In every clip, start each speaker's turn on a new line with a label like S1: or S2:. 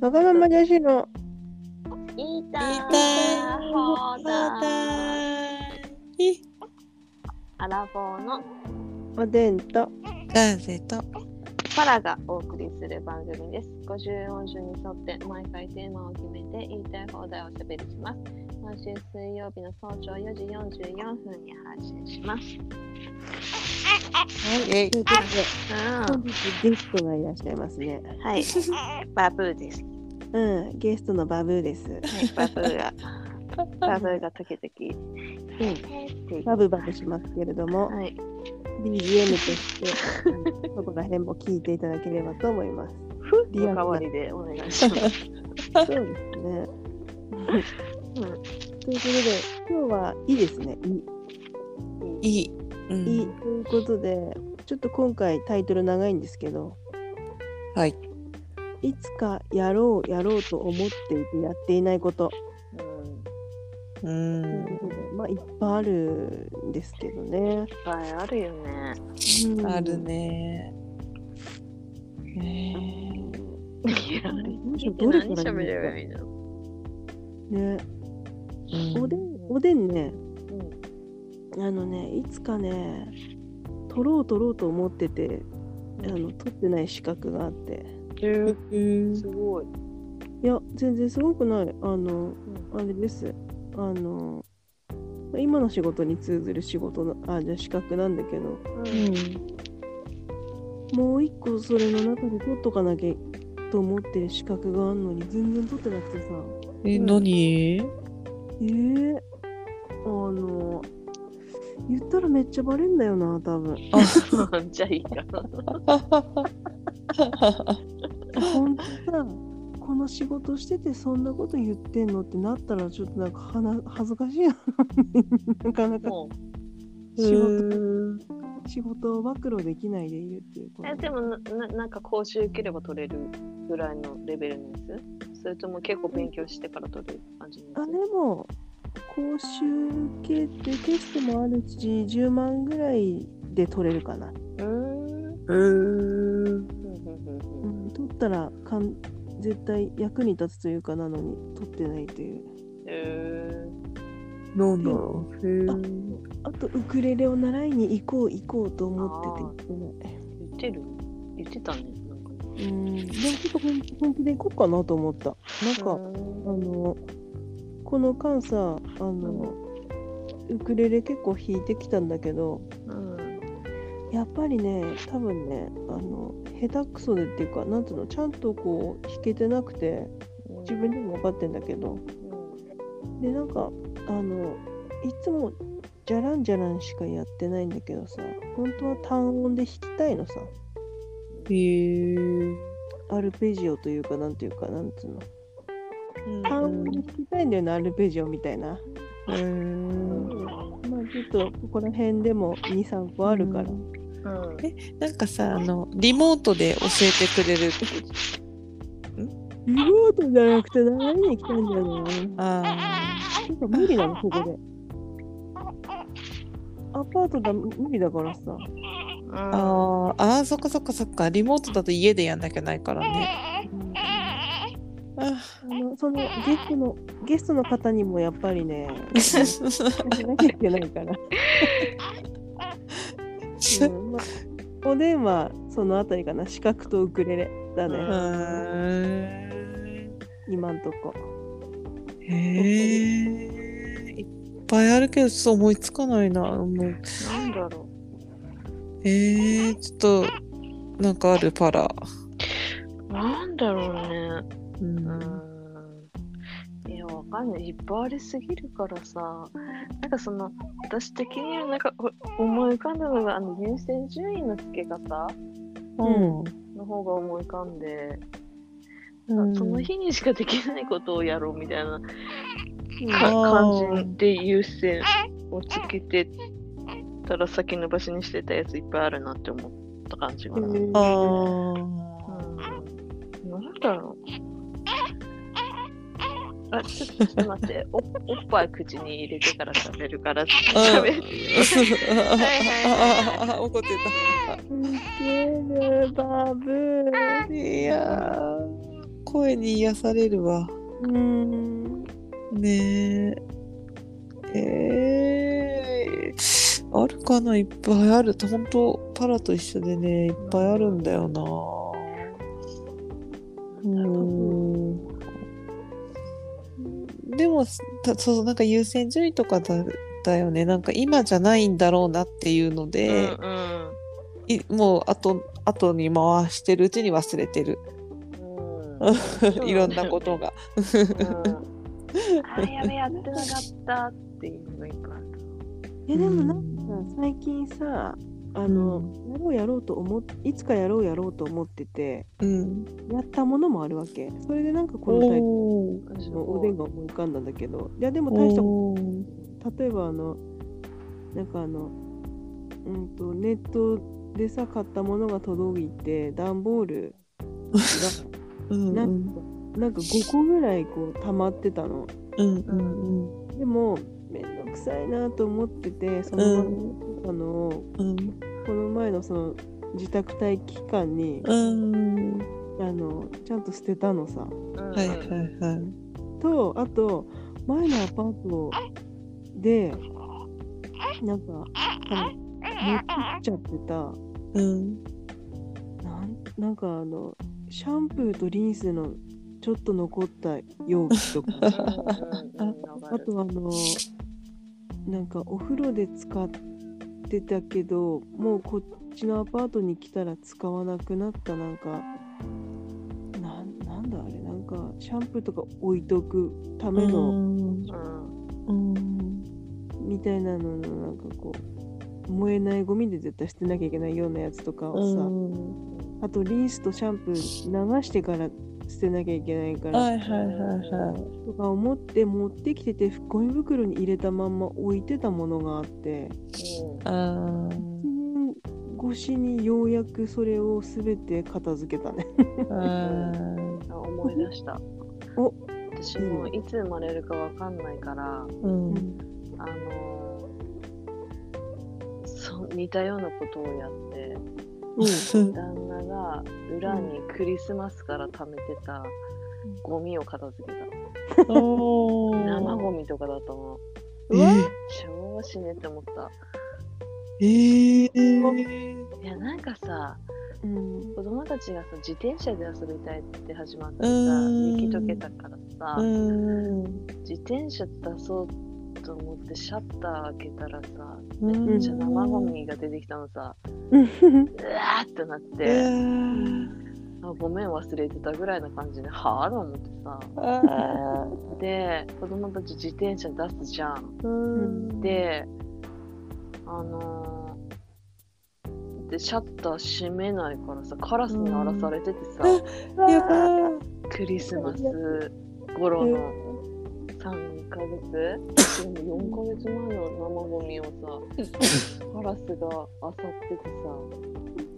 S1: わがまま女子の
S2: 言いた
S3: 言い
S2: い
S3: た
S2: 放題
S3: い
S2: アラフォーの
S1: おでんと
S3: ガーゼと
S2: パラがお送りする番組です。50音順に沿って毎回テーマを決めて言いたい放題をおしゃべりします。毎週水曜日の早朝4時44分に配信します。
S3: はいえい
S1: ということで
S2: う
S1: 本日ゲストがいらっしゃいますね
S2: ん、はい。バブーです。
S1: うんゲストのバブーです
S2: バブーが。バブーが時々。うん
S1: バブバブしますけれども
S2: はい。
S1: BGM としてうんそこら辺も聞いていただければと思いますリア
S2: お
S1: ルな
S2: かわりでお願いし
S1: そう
S2: ます。
S1: ですね
S2: うん
S1: ということで今日はいいですねいい
S3: いい、うん、
S1: いいということでちょっと今回タイトル長いんですけど
S3: はい
S1: いつかやろうやろうと思っていてやっていないこととい
S2: うん
S3: う
S1: うんことでまあいっぱいあるんですけどね
S2: いっぱいあるよね。
S3: あるねね
S2: いや、
S1: むしろど
S2: どれ
S1: れ
S2: から
S1: から
S2: 喋
S1: 見
S2: れ
S1: る
S2: ばいいの
S1: ね
S3: うん
S1: おでんおでんね
S2: うん
S1: あのねいつかね取ろう取ろうと思っててあの取ってない資格があって
S3: うん
S2: すごい。
S1: いや全然すごくないあのあれですあのまあ今の仕事に通ずる仕事のあじゃあ資格なんだけど
S3: うん
S1: もう一個それの中で取っとかなきゃと思ってる資格があるのに全然取ってなくてさ
S3: え何
S1: えー、あの言ったらめっちゃバレんだよな多分
S2: うん、じゃあいいかな。
S1: 本当さこの仕事しててそんなこと言ってんのってなったらちょっとなんかはな恥ずかしいなな かなか
S2: もう
S1: 仕事仕事を暴露できないでいるっていうこ
S2: えでもなな、なんか講習受ければ取れるぐらいのレベルのやつそれとも結構勉強してから取れる感じの
S1: あ
S2: や
S1: で
S2: つ
S1: も講習系ってテストもあるし10万ぐらいで取れるかな、
S2: うーん。
S3: うん
S1: う、
S2: うん
S1: 取ったらかん絶対役に立つというかなのに取ってないという
S2: え
S3: なんだろうへー
S1: あとウクレレを習いに行こう行こうと思ってて行ってない
S2: 言ってる言ってたね。なんかね
S1: うんでもちょっと本本気で行こうかなと思ったなんか、
S2: うー
S1: あ
S2: ん
S1: のこの間さあの、ウクレレ結構弾いてきたんだけど
S2: うん
S1: やっぱりね多分ねあの下手くそでっていうかなんていうのちゃんとこう弾けてなくて自分でも分かってんだけどでなんかあのいつもじゃらんじゃらんしかやってないんだけどさ本当は単音で弾きたいのさ
S3: へー
S1: アルペジオというかなんていうかなんつうの単
S3: う
S1: 音で弾きたいんだよねアルペジオみたいな。
S3: ん
S2: うん
S1: まあちょっとここら辺でも23個あるから、
S3: うん
S2: うん
S3: なんかさあのリモートで教えてくれる
S1: リモートじゃなくて習いに来たんだよね
S3: あ
S1: なんか無理なのここでアパートだ無理だからさ
S3: ーあーあーそっかそっかそっかリモートだと家でやんなきゃないからねあ
S1: あのそのゲストのゲストの方にもやっぱりねし
S3: ー
S1: なきゃいけないから、うんまあ、おでんはそのあたりかな四角とウクレレだ
S3: う
S1: ね、
S3: ーん
S1: 今んとこ
S3: へえいっぱいあるけどちょっと思いつかないなもう
S2: なんだろ
S3: えー、ちょっとなんかあるパラ、
S2: うなんだろうね。
S3: うん
S2: うんいや、わかんない。いっぱいありすぎるからさ、なんかその、私的にはなんかほ思い浮かんだのが、あの、優先順位の付け方
S3: うん
S2: の方が思い浮かんで、
S3: うん
S2: その日にしかできないことをやろうみたいなか
S3: あー
S2: 感じで優先をつけてたら先延ばしにしてたやついっぱいあるなって思った感じかな。うん、
S3: あー
S2: なんだろう。あ、ちょちょっと待って、おおっぱい口に入れてから喋るから、喋 る。
S3: ああ怒って
S1: ウクレレバブー
S3: たいやー声に癒されるわ。
S1: うん。
S3: ねえ。えー、あるかないっぱいある。ほんと、パラと一緒でね、いっぱいあるんだよな。うーんでもたそうなんか優先順位とかだだよねなんか今じゃないんだろうなっていうので、
S2: うん
S3: いもうあと後に回してるうちに忘れてる、
S2: うん
S3: ういろんなことが
S2: うんあれやべやってなかったっていうのがいくわ
S1: え、でもなんかさ、最近さ、あの、やろうやろうと思っいつかやろうやろうと思ってて、
S3: うん
S1: やったものもあるわけ。それでなんかこのタイ
S3: お
S1: プ
S3: ー
S1: のおでんが思い浮かんだんだけど、いや、でも大したこ
S3: おー
S1: と、例えばあの、なんかあの、うんと、ネットでさ、買ったものが届いて、段ボール
S3: うんう
S1: が、なん
S3: ん
S1: か、なんか5個ぐらいこう、溜まってたの。
S3: うんうん
S1: でも、めんどくさいなと思ってて、そ
S3: うん
S1: のままあ
S3: うん
S1: の
S3: うん
S1: この前のその自宅待機期間に、
S3: うん
S1: あのちゃんと捨てたのさ
S3: はいはいはい
S1: とあと前のアパートでなんかあの持ってっちゃってた
S3: うん
S1: なんなんかあのシャンプーとリンスのちょっと残った容器とかあとあのなんかお風呂で使ってたけどもうこっちのアパートに来たら使わなくなったなんかなんなんだあれなんかシャンプーとか置いとくための
S3: うん
S1: みたいなののなんかこう燃えないゴミで絶対捨てなきゃいけないようなやつとか
S3: う
S1: をさ、
S3: ん
S1: あとリンスとシャンプー流してから捨てなきゃいけないから、
S3: はいはいはいはい
S1: とか思って持ってきててゴミ袋に入れたまんま置いてたものがあって。
S3: あー
S1: 1年越しにようやくそれを全て片付けたね。
S3: あー
S2: 思い出した
S1: お
S2: 私もういつ生まれるかわかんないから
S3: うん
S2: あのーそう似たようなことをやって旦那が裏にクリスマスから貯めてたゴミを片付け
S3: お
S2: た生
S3: ー
S2: ゴミとかだったの
S1: うわ
S2: 超死ねって思った
S3: えー、えー、
S2: いやなんかさ
S1: うん
S2: 子供たちがさ自転車で遊びたいって始まってさ
S3: うーん
S2: 雪解けたからさ、
S3: うん
S2: 自転車出そうと思ってシャッター開けたらさ
S3: う
S2: めっ
S3: ん
S2: ちゃ生ゴミが出てきたのさうわーってなっ
S3: う
S2: て、
S3: ん
S2: あごめん忘れてたぐらいな感じではあと思ってさ
S3: あー
S2: で子供たち自転車出すじゃん
S3: うん
S2: であのーでシャッター閉めないからさカラスに荒らされててさ、
S3: やばー
S2: クリスマス頃の3ヶ月でも4ヶ月前の生ゴミをさ カラスが漁っててさ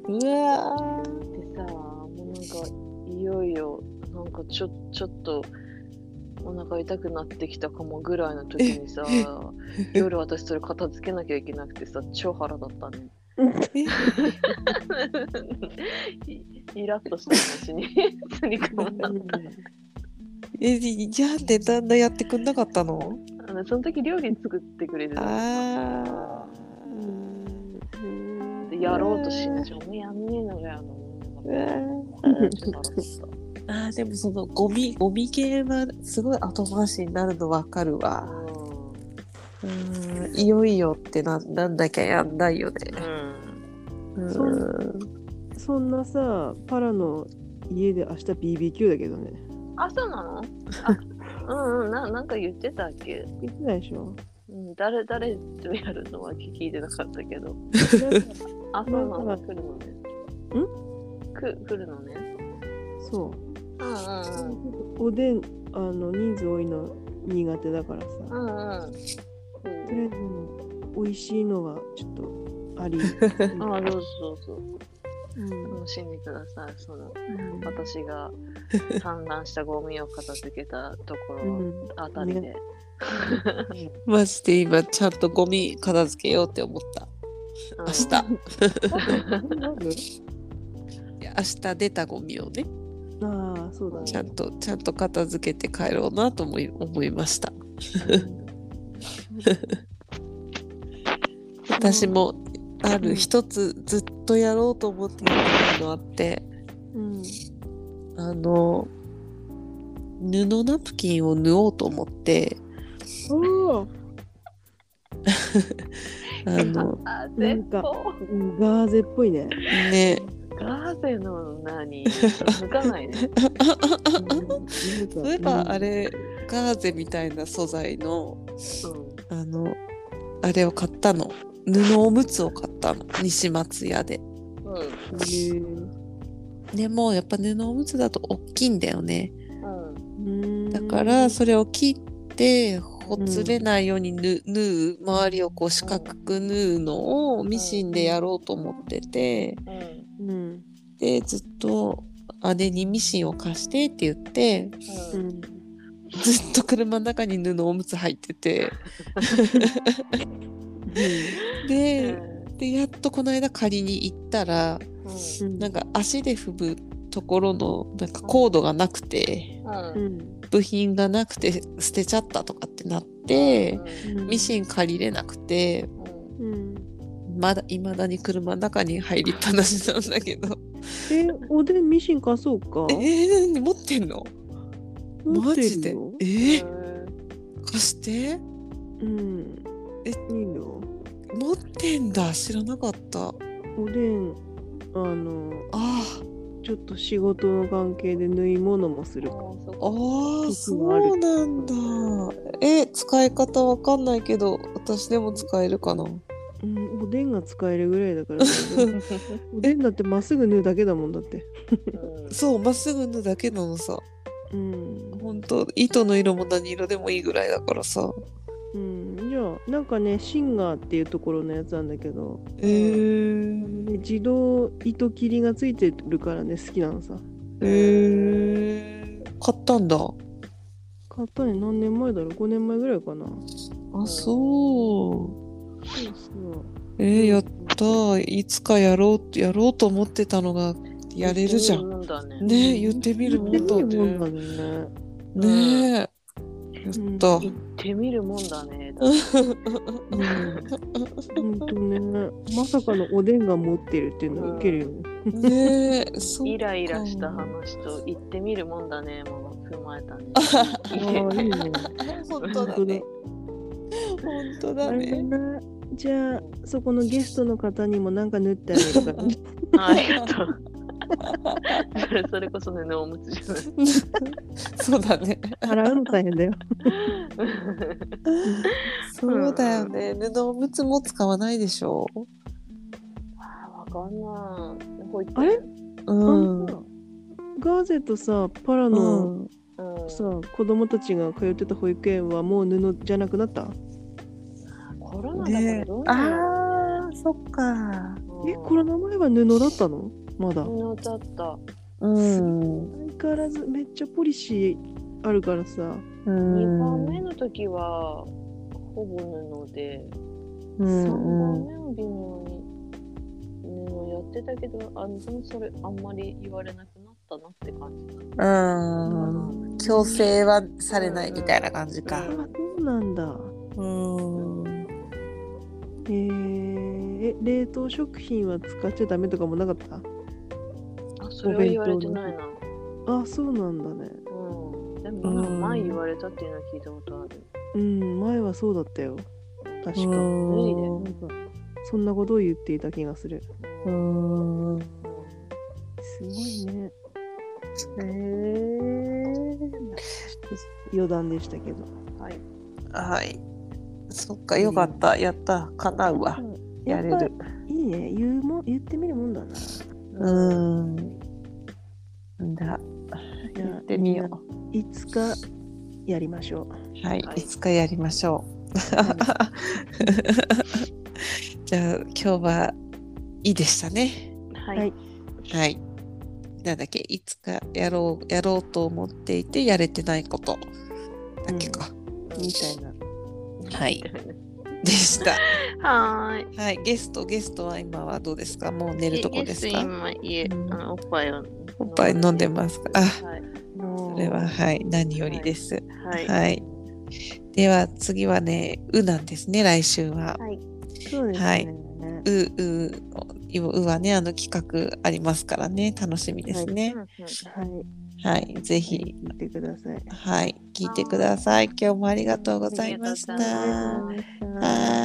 S3: うわ
S2: でさもうなんかいよいよなんかちょちょっとお腹痛くなってきたかもぐらいの時に さ夜私それ片付けなきゃいけなくてさ超腹だったね
S3: ー
S2: いイラッとした話 にすり込まな
S3: ええじゃあでだんだんやってくんなかったの
S2: あのその時料理作ってくれる
S3: あ
S2: でやろうとしないしお前やんねえのかよ
S3: ーうわ
S2: うん
S3: ーあーでもそのゴミゴミ系はすごい後回しになるのわかるわうんいよいよってなんなんだきゃやんないよね うん
S1: そうそんなさパラの家で明日 BBQ だけどね。
S2: あそうな のあうんうんななんか言ってたっけ、
S1: 言ってないでしょ
S2: うん、誰誰とやるのは聞いてなかったけどあそうな
S1: な
S2: の
S1: ん
S2: 来るのねく来るのね
S1: そ
S2: うんうん
S1: う。おでんあの人数多いの苦手だからさ。
S2: うんうんうん
S1: とりあえず美味しいのがちょっとあり。
S2: ああどうぞどうぞ
S1: うん
S2: 楽しんでくださいその私が散乱したゴミを片付けたとこ
S1: う
S2: ろ
S1: ん
S2: あたりで、
S1: ね
S3: マジで今ちゃんとゴミ片付けようって思った
S2: うん
S3: 明日いや明日出たゴミをね
S1: ああそうだね
S3: ちゃんとちゃんと片付けて帰ろうなとも思いました 私もあ
S1: うん
S3: る一つずっとやろうと思ってやってるのあって
S1: うん
S3: あの布ナプキンを縫おうと思って
S1: おー
S3: あの
S2: ガーゼっ
S1: なんか
S2: ぽ
S1: うんガーゼっぽい ね
S3: ね
S2: ガーゼの何抜かないね。
S1: そ
S3: そういえばあれガーゼみたいな素材の
S2: うん
S3: あのあれを買ったの布おむつを買ったの西松屋で
S2: うん
S3: でもやっぱ布おむつだと大きいんだよね
S2: うん
S3: だからそれを切ってほつれないように縫う縫う周りをこう四角く縫うのをミシンでやろうと思ってて
S2: うん
S1: うん
S3: でずっと姉にミシンを貸してって言って
S1: う
S2: うん
S1: ん
S3: ずっと車の中に布おむつ入っててででやっとこの間借りに行ったら
S1: うん
S3: なんか足で踏むところのなんかコードがなくて
S1: う
S2: うん
S1: ん
S3: 部品がなくて捨てちゃったとかってなって
S1: うん
S3: ミシン借りれなくて
S1: うん
S3: まだいまだに車の中に入りっぱなしなんだけど
S1: えおでんミシン貸そうか
S3: えー、持ってんの
S1: 持
S3: マ
S1: って
S3: ジ
S1: る
S3: で
S1: よ
S3: えー、貸して
S1: うん
S3: え
S1: いいよ
S3: 持ってんだ知らなかった
S1: おでんあの
S3: あ
S1: ちょっと仕事の関係で縫い物もするか
S3: あああ
S1: 僕
S3: そ
S1: もある
S3: うなんだえ使い方わかんないけど私でも使えるかな
S1: うん、おでんが使えるぐらいだからね おでんだってまっすぐ縫うだけだもんだって
S3: そうまっすぐ縫うだけなのさ
S1: うん、
S3: 本当糸の色も何色でもいいぐらいだからさ
S1: うん、じゃあなんかねシンガーっていうところのやつなんだけど、
S3: えー、
S1: ね、自動糸切りがついてるからね好きなのさ
S3: えー、買ったんだ
S1: 買ったね何年前だろう5年前ぐらいかな
S3: あそう
S1: そうそう
S3: えー、やったーいつかやろうってやろうと思ってたのがやれるじゃ
S2: ん
S3: ん
S2: だね。
S3: ね言ってみるも
S1: や
S3: ん
S1: って
S3: だ
S1: み
S3: ね
S1: るもんだね
S3: ねえやった、
S1: う
S2: 言ってみるもんだね。
S1: ほんとねまさかのおでんが持ってるっていうのがウケるよね、
S3: ねえそっか
S2: イライラした話と言ってみるもんだね。もの踏まえたね。
S1: ああいいね
S3: 本当だね本当だ
S1: あれだ
S3: ね
S1: なじゃあそこのゲストの方にもなんか縫ってあげるからね
S2: ありがとう。 それそれこそ布おむつじゃない。
S3: そうだね
S1: 洗うの大変だよ
S3: そうだよね布おむつも使わないでしょ
S2: わかんない。保育
S1: あれ
S3: う
S1: あ
S3: ん
S1: のさガーゼとさパラの
S3: うん
S2: うん
S1: さ、子供たちが通ってた保育園はもう布じゃなくなった
S2: コロナだから
S3: ね
S2: どう
S3: あ
S2: なんだろ
S3: ーそっか
S2: う
S1: えコロナ前は布だったのまだ
S2: 布だった。
S3: うん
S1: 相変わらずめっちゃポリシーあるからさ
S3: う
S2: 二番目
S3: ん
S2: の時はほぼ布で、
S3: う
S2: 三
S3: ん
S2: 番目は微妙に布やってたけど、あでもそれあんまり言われなくなったなって感じだ。
S3: うん強制はされないみたいな感じ
S1: あ
S3: か。
S1: そうなんだ
S3: うん。
S1: えー、え冷凍食品は使っちゃダメとかもなかった
S2: あそれは言われてないな。
S1: あそうなんだね
S2: うん。でもなんか前言われたっていうのは聞いたことある。
S1: うん前はそうだったよ確か
S2: 無
S1: なんかそんなことを言っていた気がする
S3: うん。
S1: すごいね
S3: えー
S1: 余談でしたけど
S2: はい。
S3: はい。そっか、よかった。やった。叶うわ。やれ
S1: やっ
S3: る。
S1: いいね言うもん言ってみるもんだな
S3: うん。だ。やってみよ
S1: いつかやりましょう
S3: う。はい
S2: は。い
S3: いつかやりましょう。 じゃあ、今日はいいでしたね。
S2: はいい。
S3: はい。なんだっけ、いつかやろう、やろうと思っていて、やれてないこと。だっけか。
S1: みたいな
S3: はい。でした。
S2: はーい。
S3: はい、ゲスト、ゲストは今はどうですかもう寝るとこです
S2: イエス
S3: か
S2: 今家、
S3: うん
S2: あのおっぱいを。
S3: おっぱい飲んでますかあ
S2: はい。
S1: そ
S3: それは、はい、何よりです。
S2: はい。
S3: はいでは次はね、うなんですね、来週は。
S2: はい。
S1: そうですね。
S3: はいう、う、うはね、あの企画ありますからね、楽しみですね
S2: うん。うん
S1: はい。
S3: はい、ぜひ、
S1: 聞いてください。
S3: はい、聞いてください。今日もありがとうございまし。
S2: ありがとうございました
S1: は
S3: は